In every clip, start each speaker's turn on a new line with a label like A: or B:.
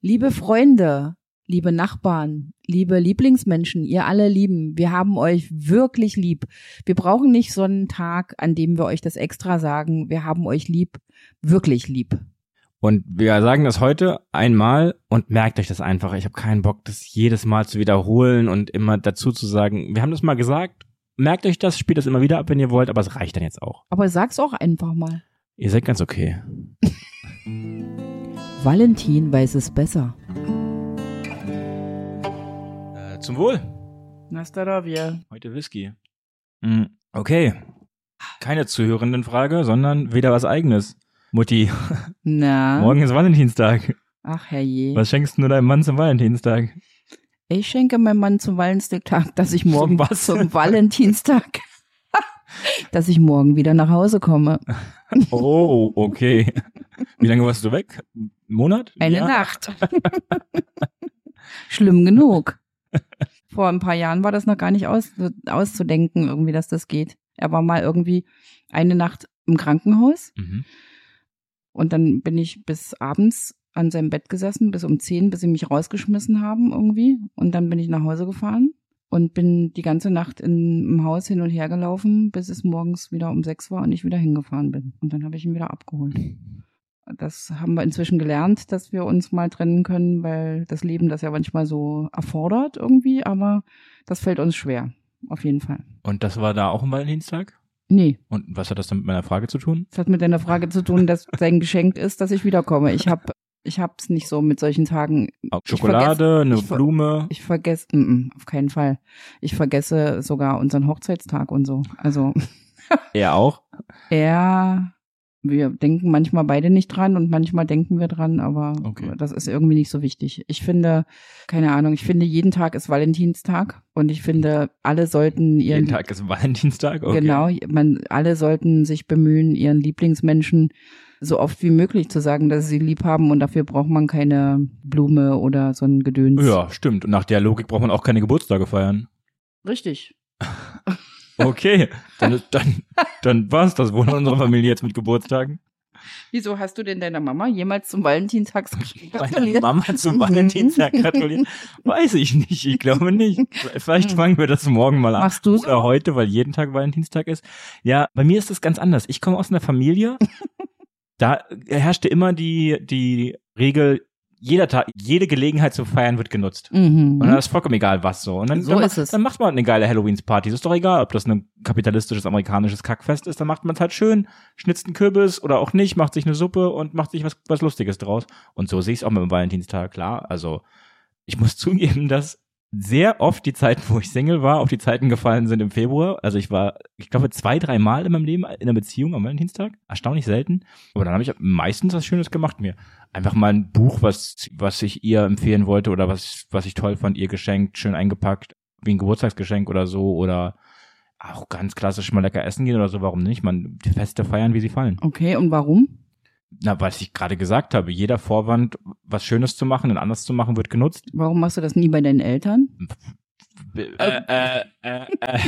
A: Liebe Freunde, liebe Nachbarn, liebe Lieblingsmenschen, ihr alle lieben, wir haben euch wirklich lieb. Wir brauchen nicht so einen Tag, an dem wir euch das extra sagen, wir haben euch lieb, wirklich lieb.
B: Und wir sagen das heute einmal und merkt euch das einfach. Ich habe keinen Bock, das jedes Mal zu wiederholen und immer dazu zu sagen, wir haben das mal gesagt. Merkt euch das, spielt das immer wieder ab, wenn ihr wollt, aber es reicht dann jetzt auch.
A: Aber sag's auch einfach mal.
B: Ihr seid ganz okay.
A: Valentin weiß es besser.
B: Äh, zum Wohl.
A: Nastarovia.
B: Heute Whisky. Mm, okay. Keine Zuhörendenfrage, sondern wieder was eigenes. Mutti,
A: Na.
B: morgen ist Valentinstag.
A: Ach herrje.
B: Was schenkst du deinem Mann zum Valentinstag?
A: Ich schenke meinem Mann zum Valentinstag, dass ich morgen
B: Zum was?
A: zum Valentinstag, dass ich morgen wieder nach Hause komme.
B: Oh, okay. Wie lange warst du weg? Ein Monat?
A: Eine
B: Ja.
A: Nacht. Schlimm genug. Vor ein paar Jahren war das noch gar nicht aus, auszudenken, irgendwie, dass das geht. Er war mal irgendwie eine Nacht im Krankenhaus
B: Mhm.
A: und dann bin ich bis abends an seinem Bett gesessen, bis um 10, bis sie mich rausgeschmissen haben irgendwie. Und dann bin ich nach Hause gefahren und bin die ganze Nacht in, im Haus hin und her gelaufen, bis es morgens wieder um 6 war und ich wieder hingefahren bin. Und dann habe ich ihn wieder abgeholt. Das haben wir inzwischen gelernt, dass wir uns mal trennen können, weil das Leben das ja manchmal so erfordert irgendwie, aber das fällt uns schwer, auf jeden Fall.
B: Und das war da auch ein Valentinstag?
A: Nee,
B: Und was hat das dann mit meiner Frage zu tun?
A: das hat mit deiner Frage zu tun, dass dein Geschenk ist, dass ich wiederkomme. Ich hab, ich hab's nicht so mit solchen Tagen.
B: Auch
A: Ich
B: Schokolade, eine
A: ich ver-
B: Blume.
A: Ich vergesse, mm, mm, auf keinen Fall. Ich vergesse sogar unseren Hochzeitstag und so. Also
B: Er auch.
A: er, wir denken manchmal beide nicht dran und manchmal denken wir dran, aber
B: Okay.
A: das ist irgendwie nicht so wichtig. Ich finde, keine Ahnung, ich finde, jeden Tag ist Valentinstag und ich finde, alle sollten ihren
B: Jeden Tag ist Valentinstag. Okay.
A: Genau, man, alle sollten sich bemühen, ihren Lieblingsmenschen so oft wie möglich zu sagen, dass sie sie lieb haben und dafür braucht man keine Blume oder so ein Gedöns.
B: Ja, stimmt. Und nach der Logik braucht man auch keine Geburtstage feiern.
A: Richtig.
B: Okay, dann, ist- dann, dann war's das wohl in unserer Familie jetzt mit Geburtstagen.
A: Wieso hast du denn deiner Mama jemals zum Valentinstag
B: Meine
A: gratuliert?
B: Mama zum Valentinstag gratulieren? Weiß ich nicht, ich glaube nicht. Vielleicht fangen wir das morgen mal an.
A: Machst du's?
B: Oder heute, weil jeden Tag Valentinstag ist. Ja, bei mir ist das ganz anders. Ich komme aus einer Familie, da herrschte immer die, die Regel, jeder Tag, jede Gelegenheit zu feiern wird genutzt.
A: Mhm.
B: Und dann ist vollkommen egal, was so. Und dann,
A: So
B: dann, ma-
A: ist es.
B: dann macht man eine geile Halloweens-Party. Ist doch egal, ob das ein kapitalistisches, amerikanisches Kackfest ist. Dann macht man es halt schön, schnitzt einen Kürbis oder auch nicht, macht sich eine Suppe und macht sich was, was Lustiges draus. Und so sehe ich es auch mit dem Valentinstag, klar. Also, ich muss zugeben, dass sehr oft die Zeiten, wo ich Single war, auf die Zeiten gefallen sind im Februar. Also ich war, ich glaube, zwei, drei Mal in meinem Leben in einer Beziehung am Valentinstag. Erstaunlich selten. Aber dann habe ich meistens was Schönes gemacht mir. Einfach mal ein Buch, was, was ich ihr empfehlen wollte oder was, was ich toll fand, ihr geschenkt, schön eingepackt, wie ein Geburtstagsgeschenk oder so. Oder auch ganz klassisch mal lecker essen gehen oder so. Warum nicht? Man, die Feste feiern, wie sie fallen.
A: Okay, und warum?
B: Na, was ich gerade gesagt habe, jeder Vorwand, was Schönes zu machen und anders zu machen, wird genutzt.
A: Warum machst du das nie bei deinen Eltern?
B: Äh, äh, äh, äh.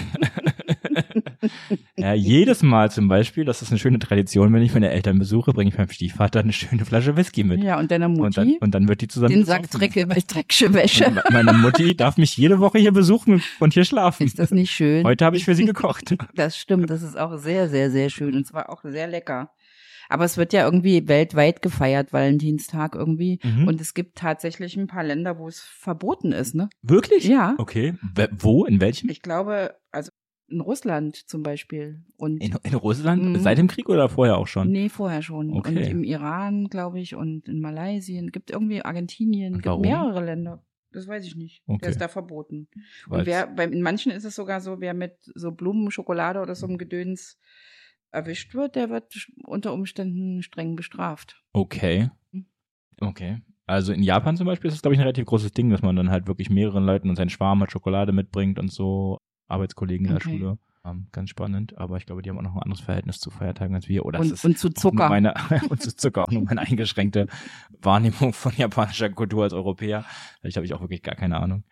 B: ja, jedes Mal zum Beispiel, das ist eine schöne Tradition, wenn ich meine Eltern besuche, bringe ich meinem Stiefvater eine schöne Flasche Whisky mit.
A: Ja, und deiner
B: und, dann,
A: Mutti?
B: und dann wird die zusammen.
A: Den sagt
B: gesoffen.
A: Drecke, dreckische Wäsche.
B: Und me- Meine Mutti darf mich jede Woche hier besuchen und hier schlafen.
A: Ist das nicht schön?
B: Heute habe ich für sie gekocht.
A: Das stimmt, das ist auch sehr, sehr, sehr schön und zwar auch sehr lecker. Aber es wird ja irgendwie weltweit gefeiert, Valentinstag irgendwie.
B: Mhm.
A: Und es gibt tatsächlich ein paar Länder, wo es verboten ist, ne?
B: Wirklich?
A: Ja.
B: Okay. W wo? In welchem?
A: Ich glaube, also in Russland zum Beispiel. Und
B: In, in Russland?
A: Mhm.
B: Seit dem Krieg oder vorher auch schon?
A: nee, vorher schon. Und
B: Okay.
A: im Iran, glaube ich, und in Malaysia. Gibt irgendwie Argentinien,
B: Und
A: gibt
B: warum?
A: mehrere Länder. Das weiß ich nicht.
B: Okay.
A: Der ist da verboten.
B: Weil's-
A: Und wer, bei, in manchen ist es sogar so, wer mit so Blumen, Schokolade oder so einem Gedöns erwischt wird, der wird sch- unter Umständen streng bestraft.
B: Okay.
A: Mhm.
B: Okay. Also in Japan zum Beispiel ist es, glaube ich, ein relativ großes Ding, dass man dann halt wirklich mehreren Leuten und seinen Schwarm halt Schokolade mitbringt und so, Arbeitskollegen in der
A: Okay.
B: Schule. Ähm, ganz spannend, aber ich glaube, die haben auch noch ein anderes Verhältnis zu Feiertagen als wir. Oder es
A: und,
B: ist
A: und zu
B: auch nur
A: Zucker.
B: Meine, und zu Zucker auch nur meine eingeschränkte Wahrnehmung von japanischer Kultur als Europäer. Vielleicht habe ich auch wirklich gar keine Ahnung.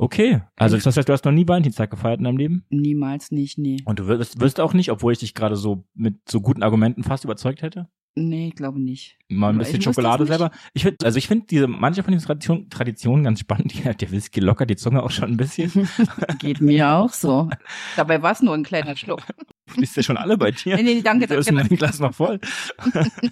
B: Okay, also das heißt, du hast noch nie Valentinstag gefeiert in deinem Leben?
A: Niemals nicht, nee.
B: Und du wirst, wirst auch nicht, obwohl ich dich gerade so mit so guten Argumenten fast überzeugt hätte?
A: Nee, ich glaube nicht.
B: Mal ein
A: Aber
B: bisschen
A: ich wusste es
B: Schokolade
A: nicht.
B: selber. Ich finde, also ich finde diese manche von diesen Tradition, Traditionen ganz spannend. Die, der Whisky lockert die Zunge auch schon ein bisschen.
A: Geht mir auch so. Dabei war es nur ein kleiner Schluck.
B: Ist ja schon alle bei dir.
A: Nee, nee, danke,
B: Da ist
A: danke.
B: mein Glas noch voll.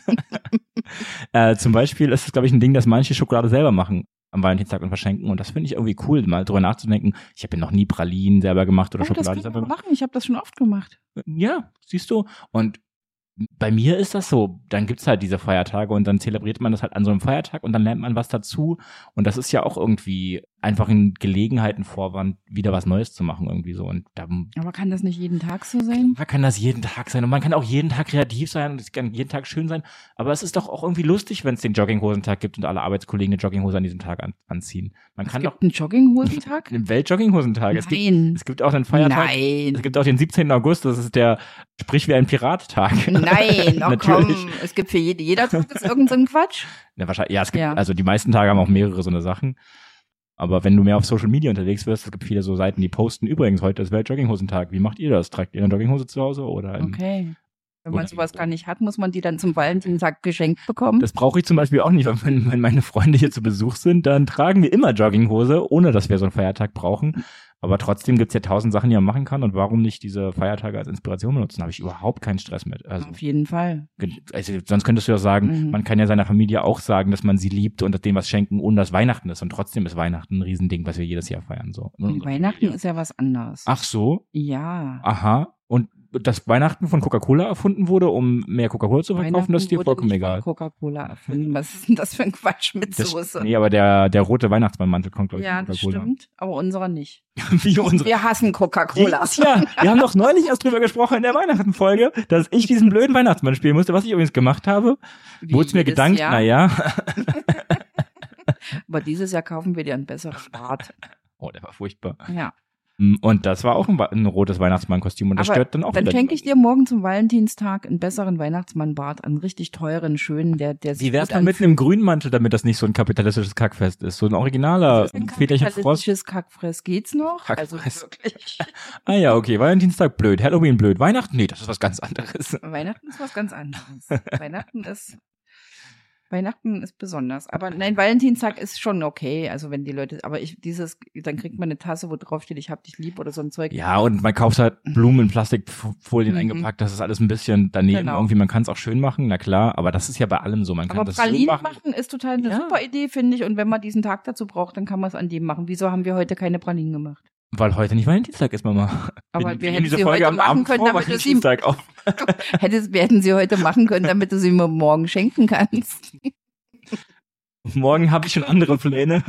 B: äh, zum Beispiel ist es, glaube ich, ein Ding, dass manche Schokolade selber machen am Valentinstag und verschenken. Und das finde ich irgendwie cool, mal drüber nachzudenken. Ich habe ja noch nie Pralinen selber gemacht oder
A: Oh, das
B: Schokolade
A: können
B: selber
A: wir
B: gemacht.
A: machen. Ich habe das schon oft gemacht.
B: Ja, siehst du. Und bei mir ist das so. Dann gibt's halt diese Feiertage und dann zelebriert man das halt an so einem Feiertag und dann lernt man was dazu. Und das ist ja auch irgendwie einfach ein Gelegenheitenvorwand, wieder was Neues zu machen irgendwie so. Und da
A: Aber kann das nicht jeden Tag so sein?
B: man kann das jeden Tag sein und man kann auch jeden Tag kreativ sein und es kann jeden Tag schön sein. Aber es ist doch auch irgendwie lustig, wenn es den Jogginghosentag gibt und alle Arbeitskollegen eine Jogginghose an diesem Tag an, anziehen. Man
A: Es
B: kann doch
A: gibt einen Jogginghosentag?
B: einen Weltjogginghosentag. Es gibt,
A: Nein.
B: es gibt auch einen Feiertag. Es
A: Nein.
B: gibt auch den 17. August, das ist der Sprich wie ein Pirat-Tag.
A: Nein, oh
B: Natürlich.
A: komm. Es gibt für jede, jeder Tag ist irgendein Quatsch.
B: Ja, wahrscheinlich, ja, es gibt,
A: Ja.
B: also die meisten Tage haben auch mehrere so eine Sachen. Aber wenn du mehr auf Social Media unterwegs wirst, es gibt viele so Seiten, die posten, übrigens, heute ist Weltjogginghosentag. Wie macht ihr das? Tragt ihr eine Jogginghose zu Hause oder im,
A: Okay. Wenn
B: Oder
A: man sowas gar nicht hat, muss man die dann zum Valentinstag geschenkt bekommen.
B: Das brauche ich zum Beispiel auch nicht, weil wenn, wenn meine Freunde hier zu Besuch sind, dann tragen wir immer Jogginghose, ohne dass wir so einen Feiertag brauchen. Aber trotzdem gibt's ja tausend Sachen, die man machen kann und warum nicht diese Feiertage als Inspiration benutzen? Da habe ich überhaupt keinen Stress mit. Also,
A: Auf jeden Fall.
B: ge- also sonst könntest du ja sagen,
A: Mhm.
B: man kann ja seiner Familie auch sagen, dass man sie liebt und dem was schenken, ohne dass Weihnachten ist. Und trotzdem ist Weihnachten ein Riesending, was wir jedes Jahr feiern. So. Ne? Ah.
A: Weihnachten ist ja was anderes.
B: Ach so,
A: Ja.
B: aha. Und dass Weihnachten von Coca-Cola erfunden wurde, um mehr Coca-Cola zu verkaufen,
A: Weihnachten
B: das ist dir
A: wurde
B: vollkommen
A: nicht von
B: egal.
A: Coca-Cola erfunden. Was ist denn das für ein Quatsch mit
B: Das,
A: Soße?
B: nee, aber der, der rote Weihnachtsmannmantel kommt, glaube ich,
A: ja,
B: von
A: das
B: Coca-Cola.
A: stimmt. Aber unserer nicht.
B: Wie unsere.
A: Wir hassen Coca-Cola.
B: Jedes Jahr. Wir haben doch neulich erst drüber gesprochen in der Weihnachtenfolge, dass ich diesen blöden Weihnachtsmann spielen musste, was ich übrigens gemacht habe.
A: Wie
B: Wurde es mir
A: jedes
B: gedankt,
A: Jahr.
B: naja.
A: Aber dieses Jahr kaufen wir dir einen besseren Bart.
B: Oh, der war furchtbar. Mm,
A: Ja.
B: Und das war auch ein, Wa- ein rotes Weihnachtsmannkostüm und das
A: Aber
B: stört dann auch
A: Dann
B: wieder
A: schenke ich
B: niemanden.
A: dir morgen zum Valentinstag einen besseren Weihnachtsmannbart, einen richtig teuren, schönen, der, der
B: Wie wär's
A: gut
B: denn mit einem grünen Mantel, damit das nicht so ein kapitalistisches Kackfest ist? So ein originaler
A: anfühlt. Ein
B: Väterchen Frost.
A: kapitalistisches Kackfress geht's noch?
B: Kackfress.
A: Also wirklich.
B: Ah ja, okay. Valentinstag blöd, Halloween blöd, Weihnachten, nee, das ist was ganz anderes.
A: Weihnachten ist was ganz anderes. Weihnachten ist Weihnachten ist besonders, aber nein, Valentinstag ist schon okay, also wenn die Leute, aber ich dieses dann kriegt man eine Tasse, wo drauf steht, ich hab dich lieb oder so ein Zeug.
B: Ja, und man kauft halt Blumen in Plastikfolien
A: Mhm.
B: eingepackt, das ist alles ein bisschen daneben
A: Genau.
B: irgendwie, man kann es auch schön machen, na klar, aber das ist ja bei allem so, man kann
A: aber
B: das schön
A: Pralinen
B: machen.
A: machen. ist total eine
B: Ja.
A: super Idee, finde ich. Und wenn man diesen Tag dazu braucht, dann kann man es an dem machen. Wieso haben wir heute keine Pralinen gemacht?
B: Weil heute nicht Valentinstag ist, Mama.
A: Aber
B: nehmen
A: wir hätten sie heute machen können,
B: vor
A: damit du sie,
B: Valentinstag auf.
A: hättest, wir hätten sie heute machen können, damit du sie mir morgen schenken kannst.
B: Morgen habe ich schon andere Pläne.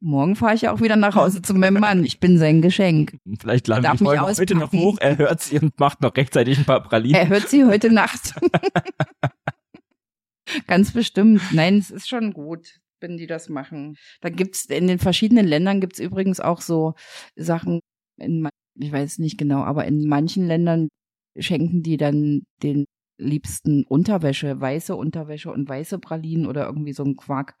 A: Morgen fahre ich ja auch wieder nach Hause zu meinem Mann. Ich bin sein Geschenk.
B: Vielleicht laden wir
A: Darf
B: die Folge
A: mich
B: auch heute noch
A: auspacken. Äh,
B: hoch. Er hört sie und macht noch rechtzeitig ein paar Pralinen.
A: Er hört sie heute Nacht. Ganz bestimmt. Nein, es ist schon gut, wenn die das machen. Da gibt's in den verschiedenen Ländern gibt's übrigens auch so Sachen, in, ma- ich weiß nicht genau, aber in manchen Ländern schenken die dann den liebsten Unterwäsche, weiße Unterwäsche und weiße Pralinen oder irgendwie so ein Quark.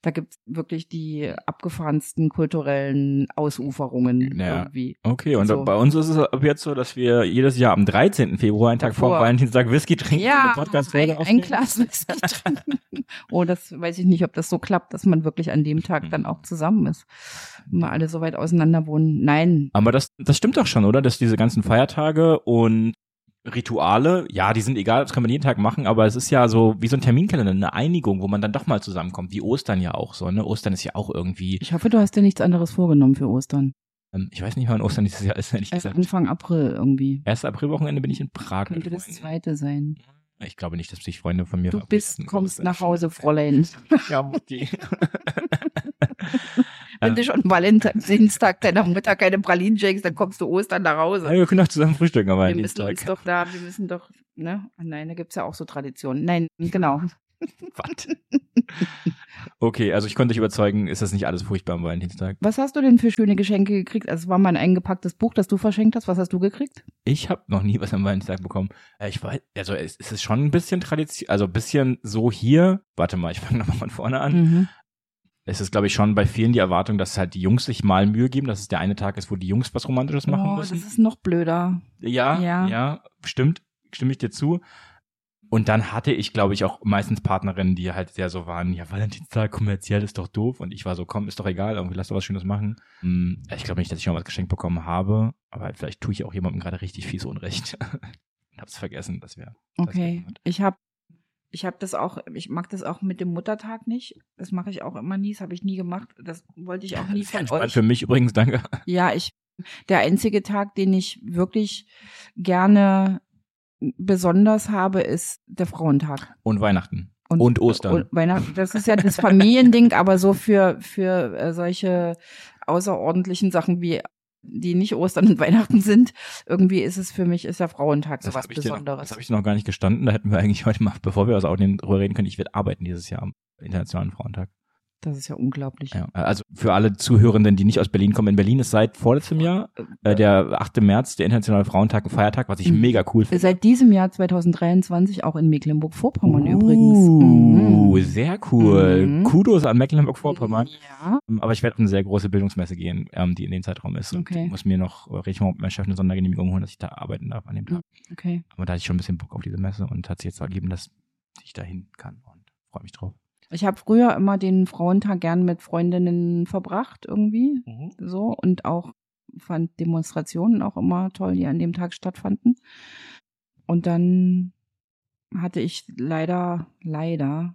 A: Da gibt's wirklich die abgefahrensten kulturellen Ausuferungen
B: Ja.
A: irgendwie.
B: Okay, und
A: So.
B: bei uns ist es ab jetzt so, dass wir jedes Jahr am 13. Februar, einen Tag vor
A: Davor.
B: Valentinstag, Whisky trinken und
A: Ja,
B: eine Podcast-Folge
A: ein, ein
B: aufnehmen.
A: Glas Whisky trinken. Oh, das weiß ich nicht, ob das so klappt, dass man wirklich an dem
B: Mhm.
A: Tag dann auch zusammen ist. Wenn wir alle so weit auseinander wohnen. Nein.
B: Aber das, das stimmt doch schon, oder? Dass diese ganzen Feiertage und Rituale, ja, die sind egal, das kann man jeden Tag machen, aber es ist ja so wie so ein Terminkalender, eine Einigung, wo man dann doch mal zusammenkommt, wie Ostern ja auch so, ne? Ostern ist ja auch irgendwie,
A: Ich hoffe, du hast dir nichts anderes vorgenommen für Ostern.
B: ähm, ich weiß nicht, wann Ostern dieses Jahr ist, ehrlich
A: Also
B: gesagt.
A: Anfang April irgendwie.
B: Erste Aprilwochenende bin ich in Prag. mit
A: Könnte das
B: Freunden.
A: zweite sein.
B: Ich glaube nicht, dass sich Freunde von mir
A: Du
B: verabreden.
A: bist, kommst nach Hause, Fräulein.
B: Ja, Mutti.
A: Wenn
B: Ähm.
A: du schon Valentinstag deiner Mutter keine Pralinen schenkst, dann kommst du Ostern nach Hause.
B: Ja, wir können auch zusammen frühstücken am
A: Wir müssen uns
B: Valentinstag.
A: doch da, wir müssen doch, ne? Ah, Nein, da gibt's ja auch so Traditionen. Nein, genau.
B: Was? Okay, also ich konnte dich überzeugen, ist das nicht alles furchtbar am Valentinstag?
A: Was hast du denn für schöne Geschenke gekriegt? Also es war mal ein eingepacktes Buch, das du verschenkt hast. Was hast du gekriegt?
B: Ich habe noch nie was am Valentinstag bekommen. Äh, Ich weiß, also es es ist schon ein bisschen Tradition, also ein bisschen so hier. Warte mal, ich fange nochmal von vorne an.
A: Hm.
B: Es ist, glaube ich, schon bei vielen die Erwartung, dass halt die Jungs sich mal Mühe geben, dass es der eine Tag ist, wo die Jungs was Romantisches machen
A: Oh, das
B: müssen.
A: ist noch blöder.
B: Ja, ja,
A: Ja.
B: stimmt, stimme ich dir zu. Und dann hatte ich, glaube ich, auch meistens Partnerinnen, die halt sehr so waren, ja, Valentinstag kommerziell ist doch doof. Und ich war so, komm, ist doch egal, irgendwie lass doch was Schönes machen. Hm, ich glaube nicht, dass ich noch was geschenkt bekommen habe, aber vielleicht tue ich auch jemandem gerade richtig fies Unrecht. ich hab's vergessen, dass wir. dass
A: Okay.
B: wir-
A: Ich habe ich hab das auch, ich mag das auch mit dem Muttertag nicht. Das mache ich auch immer nie, das habe ich nie gemacht. Das wollte ich auch nie
B: Sehr
A: von
B: entspannt
A: euch.
B: für mich übrigens, danke.
A: Ja, ich der einzige Tag, den ich wirklich gerne besonders habe, ist der Frauentag.
B: Und Weihnachten. Und Ostern.
A: Und Weihnachten. Das ist ja das Familiending, aber so für für äh, solche außerordentlichen Sachen wie die nicht Ostern und Weihnachten sind, irgendwie ist es für mich ist der Frauentag so was
B: hab ich dir Noch,
A: Besonderes.
B: das habe ich dir noch gar nicht gestanden. Da hätten wir eigentlich heute mal, bevor wir also auch drüber reden können, ich werde arbeiten dieses Jahr am Internationalen Frauentag.
A: das ist ja unglaublich.
B: Ja. Also für alle Zuhörenden, die nicht aus Berlin kommen, in Berlin ist seit vorletztem Jahr, äh, der 8. März, der Internationale Frauentag, ein Feiertag, was ich
A: Mhm.
B: mega cool finde.
A: Seit diesem Jahr 2023 auch in Mecklenburg-Vorpommern übrigens.
B: Uh,
A: Mhm.
B: sehr cool.
A: Mhm.
B: Kudos an Mecklenburg-Vorpommern. Ähm,
A: Ja.
B: Aber ich werde auf eine sehr große Bildungsmesse gehen, ähm, die in dem Zeitraum ist. Und
A: Okay.
B: ich muss mir noch, äh, rede ich mal mit meinem Chef eine Sondergenehmigung holen, dass ich da arbeiten darf an dem Tag.
A: Okay.
B: Aber da hatte ich schon ein bisschen Bock auf diese Messe und hat sich jetzt ergeben, dass ich dahin kann und freue mich drauf.
A: Ich habe früher immer den Frauentag gern mit Freundinnen verbracht irgendwie
B: Mhm.
A: so und auch fand Demonstrationen auch immer toll, die an dem Tag stattfanden. Und dann hatte ich leider, leider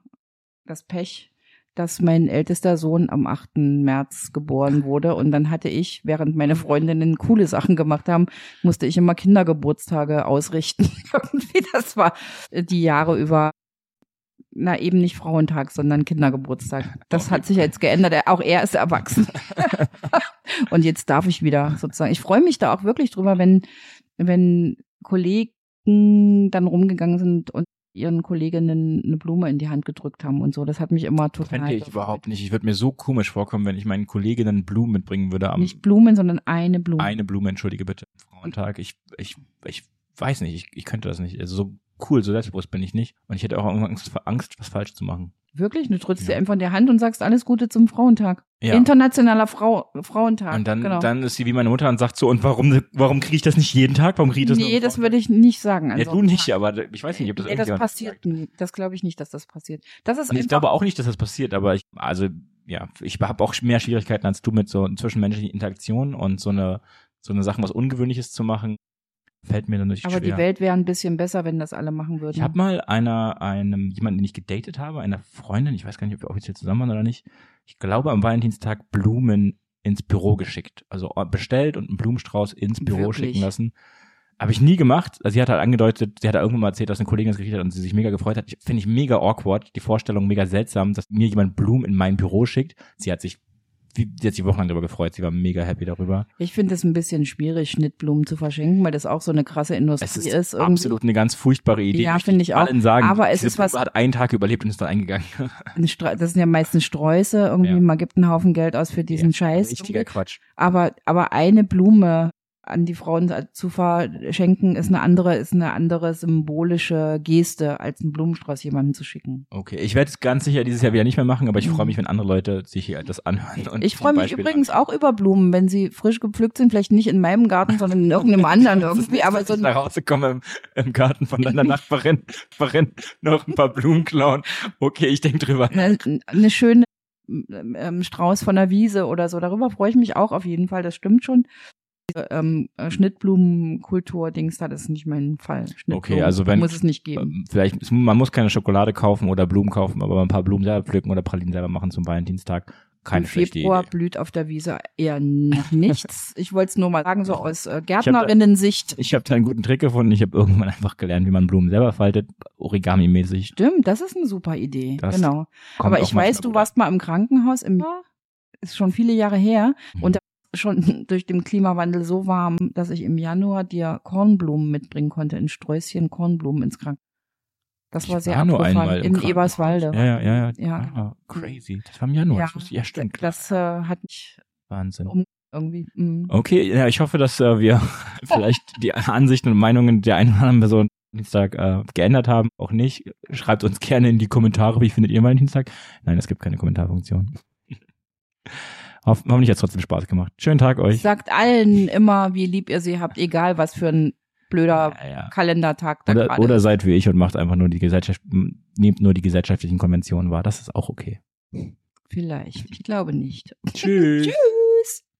A: das Pech, dass mein ältester Sohn am 8. März geboren wurde. Und dann hatte ich, während meine Freundinnen coole Sachen gemacht haben, musste ich immer Kindergeburtstage ausrichten. Irgendwie, das war die Jahre über, na eben nicht Frauentag, sondern Kindergeburtstag. Das hat sich jetzt geändert. Er- Auch er ist erwachsen. Und jetzt darf ich wieder sozusagen. Ich freue mich da auch wirklich drüber, wenn, wenn Kollegen dann rumgegangen sind und ihren Kolleginnen eine Blume in die Hand gedrückt haben und so. Das hat mich immer total.
B: Fände ich
A: gefreut.
B: überhaupt nicht. Ich würde mir so komisch vorkommen, wenn ich meinen Kolleginnen Blumen mitbringen würde am
A: Nicht Blumen, sondern eine Blume.
B: eine Blume, entschuldige bitte, am Frauentag. Ich, ich, ich weiß nicht, ich, ich könnte das nicht. Also so cool, so selbstbewusst bin ich nicht. Und ich hätte auch irgendwann Angst, Angst was falsch zu machen.
A: Wirklich? Du drückst
B: Ja.
A: dir einfach in die Hand und sagst alles Gute zum Frauentag.
B: Ja.
A: Internationaler Frau Frauentag.
B: und dann,
A: genau.
B: dann ist sie wie meine Mutter und sagt so, und warum, warum kriege ich das nicht jeden Tag? Warum kriege ich das nur
A: nee,
B: am
A: das
B: Frauentag?
A: würde ich nicht sagen. an
B: Ja,
A: so
B: du
A: einem
B: nicht,
A: Tag.
B: aber ich weiß nicht, ob das
A: nee, das
B: irgendjemand
A: passiert nie. Das glaube ich nicht, dass das passiert. Das ist
B: Nee,
A: einfach,
B: ich glaube auch nicht, dass das passiert, aber ich, also ja, ich habe auch mehr Schwierigkeiten als du mit so zwischenmenschlichen Interaktionen und so eine so eine Sachen, was Ungewöhnliches zu machen, fällt mir dann nicht
A: aber
B: schwer.
A: die Welt wäre ein bisschen besser, wenn das alle machen würden.
B: ich habe mal einer, einem, jemanden, den ich gedatet habe, einer Freundin, ich weiß gar nicht, ob wir offiziell zusammen waren oder nicht, ich glaube am Valentinstag Blumen ins Büro geschickt. Also bestellt und einen Blumenstrauß ins Büro
A: Wirklich?
B: schicken lassen. Habe ich nie gemacht. Also sie hat halt angedeutet, sie hat da irgendwann mal erzählt, dass eine Kollegin das gekriegt hat und sie sich mega gefreut hat. Ich- Finde ich mega awkward, die Vorstellung mega seltsam, dass mir jemand Blumen in mein Büro schickt. Sie hat sich, wie- sie hat sich wochenlang darüber gefreut, sie war mega happy darüber.
A: Ich finde es ein bisschen schwierig, Schnittblumen zu verschenken, weil das auch so eine krasse Industrie
B: Es ist,
A: ist irgendwie.
B: absolut eine ganz furchtbare Idee.
A: Ja,
B: Möchte
A: finde ich auch.
B: Allen sagen,
A: Aber es
B: diese
A: ist was-
B: Blume hat einen Tag überlebt und ist dann eingegangen.
A: Ein Stra- Das sind ja meistens Sträuße, irgendwie
B: Ja.
A: man gibt einen Haufen Geld aus für diesen
B: Ja,
A: Scheiß.
B: Richtiger Quatsch.
A: Aber, aber eine Blume an die Frauen zu verschenken, ist eine andere, ist eine andere symbolische Geste, als einen Blumenstrauß jemandem zu schicken.
B: Okay, ich werde es ganz sicher dieses Jahr wieder nicht mehr machen, aber ich
A: Mhm.
B: freue mich, wenn andere Leute sich hier das anhören. Und
A: Ich
B: die
A: freue mich
B: Beispiele
A: übrigens auch über Blumen, wenn sie frisch gepflückt sind, vielleicht nicht in meinem Garten, sondern in irgendeinem anderen
B: anhören.
A: irgendwie, aber so
B: Dass ich
A: ein
B: nach Hause komme im, im Garten von deiner Nachbarin, Nachbarin noch ein paar Blumen klauen. Okay, ich denke drüber.
A: eine, eine Ne, schöne ähm, Strauß von der Wiese oder so. Darüber freue ich mich auch auf jeden Fall. Das stimmt schon. Diese, Ähm,
B: Hm.
A: äh, Schnittblumenkultur-Dings, da, das ist nicht mein Fall. Schnittblumen
B: Okay, also wenn-
A: muss es nicht geben.
B: Ähm, Vielleicht, ist- man muss keine Schokolade kaufen oder Blumen kaufen, aber ein paar Blumen selber pflücken oder Pralinen selber machen zum Valentinstag. Keine
A: Im
B: schlechte
A: Februar
B: Idee.
A: blüht auf der Wiese eher noch nichts. Ich wollte es nur mal sagen, so aus äh,
B: da-
A: Gärtnerinnen-Sicht.
B: Ich habe da einen guten Trick gefunden. Ich habe irgendwann einfach gelernt, wie man Blumen selber faltet, Origami-mäßig.
A: Stimmt, das ist eine super Idee.
B: Das
A: genau.
B: Kommt
A: Aber
B: auch
A: ich weiß,
B: manchmal
A: du
B: gut.
A: warst mal im Krankenhaus im ist schon viele Jahre her
B: Mhm.
A: und da war es schon durch den Klimawandel so warm, dass ich im Januar dir Kornblumen mitbringen konnte, in Sträußchen Kornblumen ins Krankenhaus. Das
B: Ich
A: war sehr
B: war nur einmal
A: abgefahren
B: im
A: in
B: Krankenhaus.
A: Eberswalde.
B: Ja, ja, ja. ja.
A: Ja.
B: Ah, crazy. Das war im Januar.
A: Ja. Um-
B: Das wusste ich. ja stimmt.
A: Das äh, hat mich
B: Wahnsinn.
A: irgendwie. mm.
B: Okay, ja, ich hoffe, dass äh, wir vielleicht die Ansichten und Meinungen der einen oder anderen Person am Dienstag äh, geändert haben. Auch nicht. Schreibt uns gerne in die Kommentare, wie findet ihr meinen Dienstag? Nein, es gibt keine Kommentarfunktion. Hoff, Oh, hoffentlich hat es trotzdem Spaß gemacht. Schönen Tag euch.
A: Sagt allen immer, wie lieb ihr sie habt, egal was für ein blöder
B: Ja, ja.
A: Kalendertag da
B: Oder,
A: gerade.
B: oder seid wie ich und macht einfach nur die Gesellschaft, m, nehmt nur die gesellschaftlichen Konventionen wahr. Das ist auch okay.
A: Vielleicht. Ich glaube nicht.
B: Tschüss.